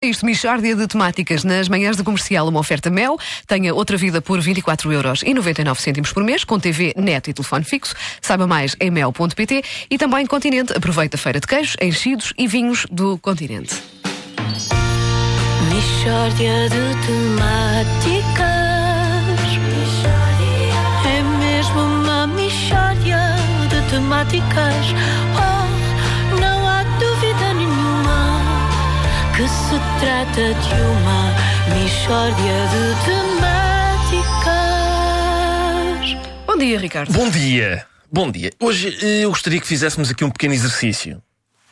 É Isto, Michórdia de Temáticas nas manhãs do comercial, uma oferta Mel. Tenha outra vida por 24,99€ por mês, com TV, net e telefone fixo. Saiba mais em mel.pt e também Continente. Aproveita a feira de queijos, enchidos e vinhos do Continente. Mishória de temáticas É mesmo uma mishória de temáticas Oh, não há dúvida nenhuma Que se trata de uma mishória de temáticas Bom dia, Ricardo. Bom dia. Bom dia. Hoje eh, eu gostaria que fizéssemos aqui um pequeno exercício.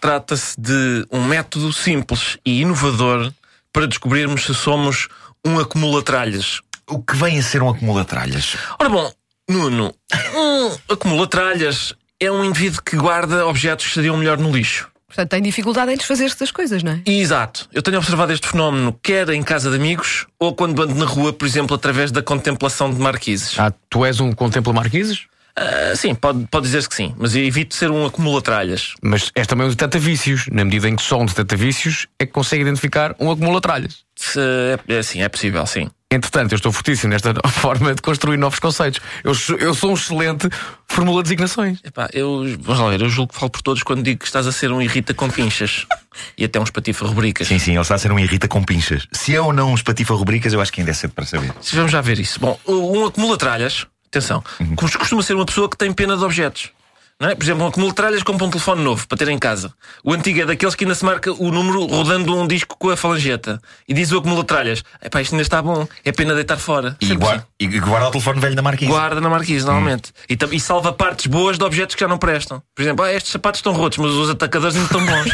Trata-se de um método simples e inovador para descobrirmos se somos um acumulatralhas. O que vem a ser um acumulatralhas? Ora bom, Nuno, um acumulatralhas é um indivíduo que guarda objetos que seriam melhor no lixo. Portanto, tem dificuldade em desfazer-se das coisas, não é? E, Exato. Eu tenho observado este fenómeno quer em casa de amigos ou quando ando na rua, por exemplo, através da contemplação de marquises. Ah, tu és um contempla marquises? Ah, sim, pode, pode dizer-se que sim, mas eu evito ser um acumulatralhas. Mas és também um detecta vícios, na medida em que só um detecta vícios é que consegue identificar um acumulatralhas. Se- É, é, sim, é possível, sim. Entretanto, eu estou fortíssimo nesta forma de construir novos conceitos. Eu, sou- eu sou um excelente formula de designações. Epá, eu, vamos lá ver, eu julgo que falo por todos quando digo que estás a ser um irrita com pinchas e até uns patifa rubricas. Sim, sim, ele está a ser um irrita com pinchas. Se é ou não um espatifa rubricas, eu acho que ainda é cedo para saber. Vamos já ver isso. Bom, um acumulatralhas, atenção, Uhum. costuma ser uma pessoa que tem pena de objetos. Não é? Por exemplo, um acumulatralhas compra um telefone novo para ter em casa. O antigo é daqueles que ainda se marca o número rodando um disco com a falangeta. E diz o acumulatralhas: epá, isto ainda está bom, é pena deitar fora. E, Sempre assim. guar- e que guarda o telefone velho da Marquinhos. Guarda na marquise, normalmente. E, tam- e salva partes boas de objetos que já não prestam. Por exemplo, ah, estes sapatos estão rotos, mas os atacadores ainda estão bons.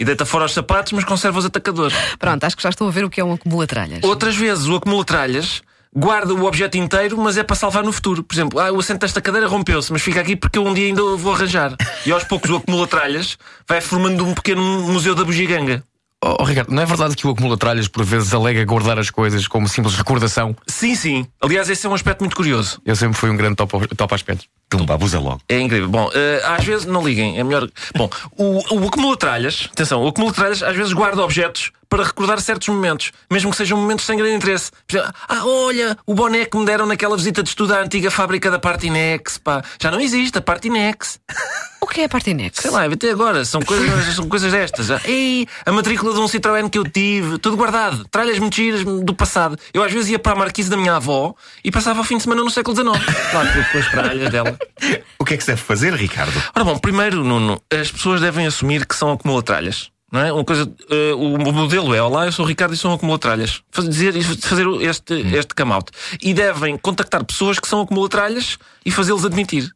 e deita fora os sapatos, mas conserva os atacadores. Pronto, acho que já estou a ver o que é um acumulatralhas. Outras vezes, o acumulatralhas guarda o objeto inteiro, mas é para salvar no futuro. Por exemplo, ah, o assento desta cadeira rompeu-se, mas fica aqui porque eu um dia ainda o vou arranjar. E aos poucos, o acumulatralhas vai formando um pequeno museu da bugiganga. Oh, oh, Ricardo, não é verdade que o acumulatralhas por vezes alega guardar as coisas como simples recordação? Sim, sim. Aliás, esse é um aspecto muito curioso. Eu sempre fui um grande top, top aspecto. Tumba, abusa logo. É incrível. Bom, eh, às vezes não liguem, é melhor. Bom, o, o acumulatralhas, atenção, o acumulatralhas às vezes guarda objetos para recordar certos momentos, mesmo que sejam momentos sem grande interesse. Por exemplo, Ah, olha, o boné que me deram naquela visita de estudo à antiga fábrica da Partinex, pá. Já não existe a Partinex. O que é a parte inex? Sei lá, até agora, são coisas, são coisas destas. Ah, Ei, a matrícula de um Citroën que eu tive, tudo guardado, tralhas mentiras do passado. Eu às vezes ia para a marquise da minha avó e passava o fim de semana no século XIX. Claro, com as tralhas dela. O que é que se deve fazer, Ricardo? Ora bom, primeiro, Nuno, as pessoas devem assumir que são acumulatralhas. Não é? Uma coisa, eh, o modelo é: Olá, eu sou o Ricardo e sou um acumulatralhas. Faz- Dizer, fazer este, este come-out. E devem contactar pessoas que são acumulatralhas e fazê-los admitir.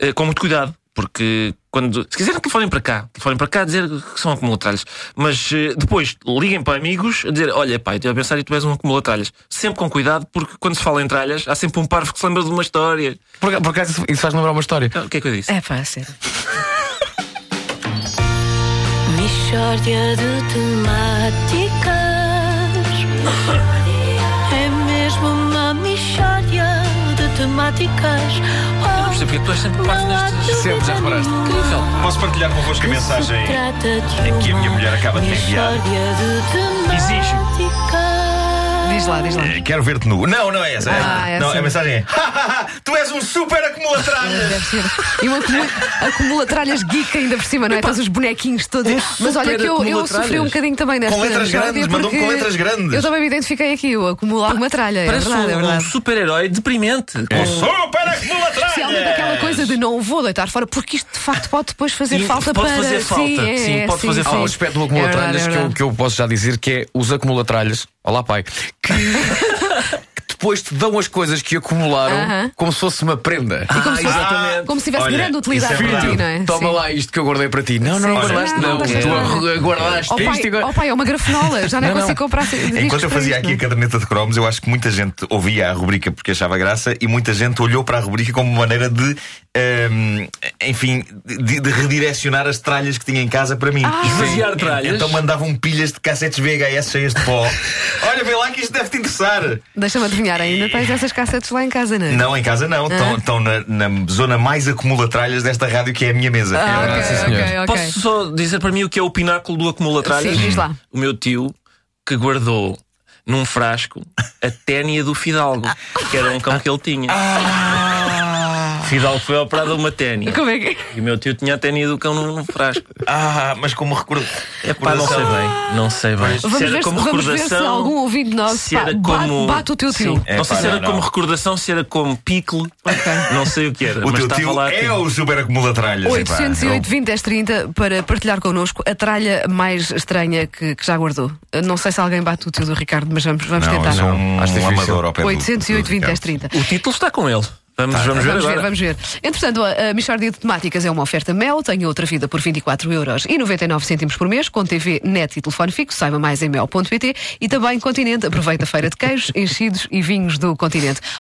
Eh, com muito cuidado, porque quando. Se quiserem, telefonem para cá. Telefonem para cá a dizer que são acumulatralhas. Mas eh, depois liguem para amigos a dizer: Olha, pai, estou a pensar e tu és um acumulatralhas. Sempre com cuidado, porque quando se fala em tralhas, há sempre um parvo que se lembra de uma história. Por, por acaso, isso- isso faz lembrar uma história. Ah, O que é que eu disse? É fácil. Mishória de temáticas É mesmo uma mishória de temáticas Oh, Não percebo porque é que tu és sempre parvo não há nestes. Sempre, já reparaste? dúvida Incrível. Posso partilhar convosco a Se trata de que a uma minha mulher acaba de me enviar. mixórdia de Exijo. temáticas. Diz lá, diz lá. Eh, Quero ver-te nu. Não, não é essa. é Ah, esta. essa. não, a mensagem é: Tu és um super acumulatralhas! Deve ser. E um acumula, acumulatralhas geek ainda por cima, não é? Faz os bonequinhos todos. Um Mas olha que eu, eu superacumola tralhas. sofri um bocadinho também nesta Com letras história, grandes, mandou-me porque com letras grandes. Eu também me identifiquei aqui, eu acumulo alguma tralha. É Parece verdade, é um, um verdade. super-herói deprimente. Um Com- super Especialmente aquela acumulatralhas! coisa de não o vou deitar fora, porque isto de facto pode depois fazer Sim, falta pode para. fazer falta. Sim, é, Sim, é, pode fazer Há falta. um Sim. aspecto do acumulatralhas É verdade, é que, eu, verdade. que eu posso já dizer que é os acumulatralhas. Olá, pai. Que, que depois te dão as coisas que acumularam Aham. como se fosse uma prenda. E como, se fosse- exatamente. como se tivesse Olha, grande utilidade isso é para ti, verdade. não é? Toma Sim. lá isto que eu guardei para ti. Não, não, Sim, não sim. guardaste, Não, não. não guardaste Tu arru- guardaste Oh pai, isto e agora. oh, pai, é uma grafenola, já não, Não, não. consigo comprar. discos Enquanto eu para fazia isto, aqui a não é? caderneta de cromos, eu acho que muita gente ouvia a rubrica porque achava graça e muita gente olhou para a rubrica como uma maneira de, ehm, enfim, de, de redirecionar as tralhas que tinha em casa para mim. Ah, Esvaziar tralhas? Então mandavam pilhas de cassetes VHS cheias de pó. Olha, vê lá que isto deve te interessar. Deixa-me adivinhar, ainda tens essas cassetes lá em casa, não é? Não, em casa não. Estão estão na, na zona mais acumulatralhas desta rádio que é a minha mesa. Ah, É verdade, sim, ok, senhor. ok, ok. Posso só dizer para mim o que é o pináculo do acumulatralhas? Sim, diz lá. O meu tio que guardou num frasco a ténia do Fidalgo, que era um cão que ele tinha. Ah! Fidalgo foi operado a uma ténia. Como é que E o meu tio tinha a ténia do cão num frasco. Ah, mas como recordo. É pá, não sei bem. Não sei bem. Vamos, se era ver, se, como vamos ver se recordação, algum ouvinte nosso se pá, era bate, como. bate o teu tio. Sim. É, não sei pá, se era não, como não. recordação, se era como pickle. Não sei o que era. O mas teu estava tio lá tipo é aquilo. o super acumulatralhas. epá. 808 20 10 30 para partilhar connosco a tralha mais estranha que, que já guardou. Não sei se alguém bate o teu do Ricardo, mas vamos, vamos Não, eu tentar. sou um, Acho difícil. amador ao pé do- 808 20 10 do 30. O título está com ele. Vamos, Tá, vamos ver Vamos ver, agora. vamos ver. Entretanto, a, a Mixórdia de Temáticas é uma oferta Mel, tenho outra vida por 24,99€ por mês, com TV, net e telefone fixo, saiba mais em mel.pt e também Continente, aproveita a feira de queijos, enchidos e vinhos do Continente.